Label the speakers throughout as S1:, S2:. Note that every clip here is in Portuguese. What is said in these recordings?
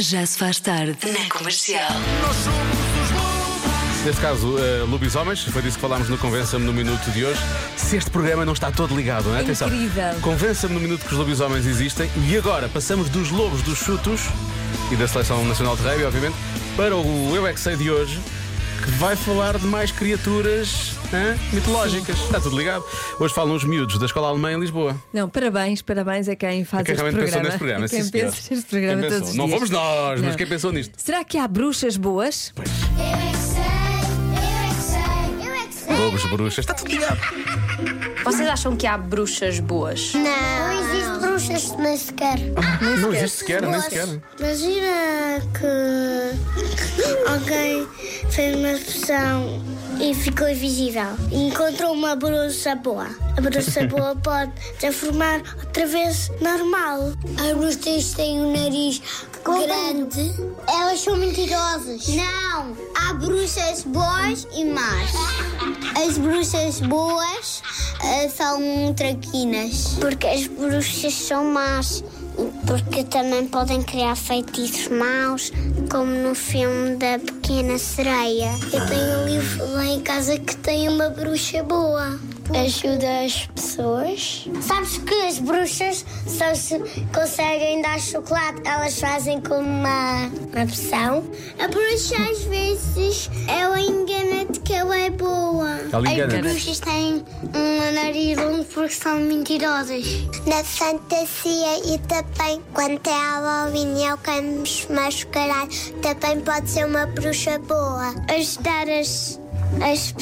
S1: Já se faz tarde na comercial.
S2: Neste caso, uh, lobisomens, foi disso que falámos no Convença-me no Minuto de hoje. Se este programa não está todo ligado, não é? Atenção.
S3: Incrível.
S2: Convença-me no Minuto que os lobisomens existem e agora passamos dos lobos dos chutos e da Seleção Nacional de Rugby, obviamente, para o Eu É Que Sei de hoje, que vai falar de mais criaturas hã, mitológicas. Está tudo ligado. Hoje falam os miúdos da Escola Alemã em Lisboa.
S3: Não, parabéns, parabéns a quem faz
S2: A quem
S3: este
S2: É realmente
S3: programa.
S2: pensou neste programa,
S3: A quem
S2: sim, senhora.
S3: pensa neste programa
S2: Quem pensou?
S3: todos os
S2: Não
S3: dias.
S2: fomos nós, mas
S3: Não.
S2: quem pensou nisto?
S3: Será que há bruxas boas?
S4: Eu é que sei, eu é que sei, eu é que sei.
S2: Lobos, bruxas, está tudo ligado.
S5: Vocês acham que há bruxas boas?
S4: Não, existe bruxas nem sequer.
S2: não existe sequer, nem sequer.
S4: Imagina que alguém fez uma expressão e ficou invisível. Encontrou uma bruxa boa. A bruxa boa pode transformar outra vez normal. As bruxas têm um nariz grande. Elas são mentirosas. Não, há bruxas boas e más. As bruxas boas são É um traquinas. Porque as bruxas são más. Porque também podem criar feitiços maus, como no filme da Pequena Sereia. Eu tenho um livro lá em casa que tem uma bruxa boa. Ajuda as pessoas. Sabes que as bruxas só se conseguem dar chocolate, elas fazem como uma opção. A bruxa às vezes ela engana-te que ela é boa.
S2: Ela engana-te.
S4: As bruxas têm um nariz longo porque são mentirosas. Na fantasia e também quando é Halloween e alguém mascarado, também pode ser uma bruxa boa. Ajudar as, as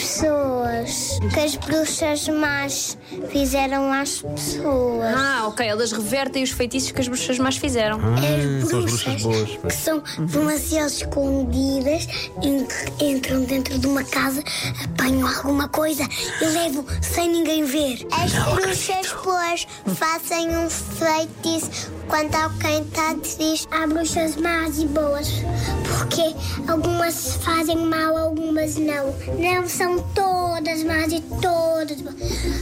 S4: pessoas que as bruxas más fizeram às pessoas.
S5: Ah, ok, elas revertem os feitiços que as bruxas mais fizeram.
S4: As
S2: Hum, são as bruxas boas.
S4: um que são demasiado escondidas, en- entram dentro de uma casa, apanham alguma coisa e levam sem ninguém ver. As bruxas boas fazem um feitiço quando alguém está triste. Há bruxas más e boas, porque algumas fazem mal, algumas não. Não são todas más e todas boas.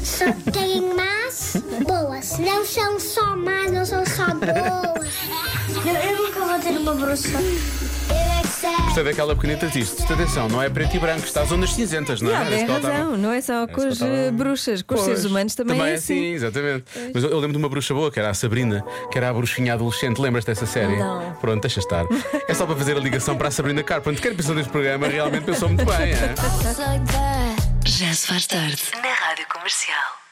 S4: Só têm más boas. Não são só más, não são só boas. Eu, eu nunca vou ter uma bruxa. Eu é que sei.
S2: Gostei daquela pequenita disto. Atenção, não é preto e branco, está a zonas cinzentas, não é?
S3: Não,
S2: Era isso
S3: tem
S2: que ela estava.
S3: razão, não é só
S2: que
S3: com
S2: eu
S3: as
S2: estava-
S3: eh, bruxas, com os
S2: Pois,
S3: seres humanos também, é assim.
S2: exatamente. Mas eu, eu lembro de uma bruxa boa, que era a Sabrina, que era a bruxinha adolescente. Lembras dessa série?
S3: Não.
S2: Pronto, deixa estar. É só para fazer a ligação para a Sabrina Carpenter. Quem pensou neste programa realmente pensou muito bem, é?
S1: Já se faz tarde na rádio comercial.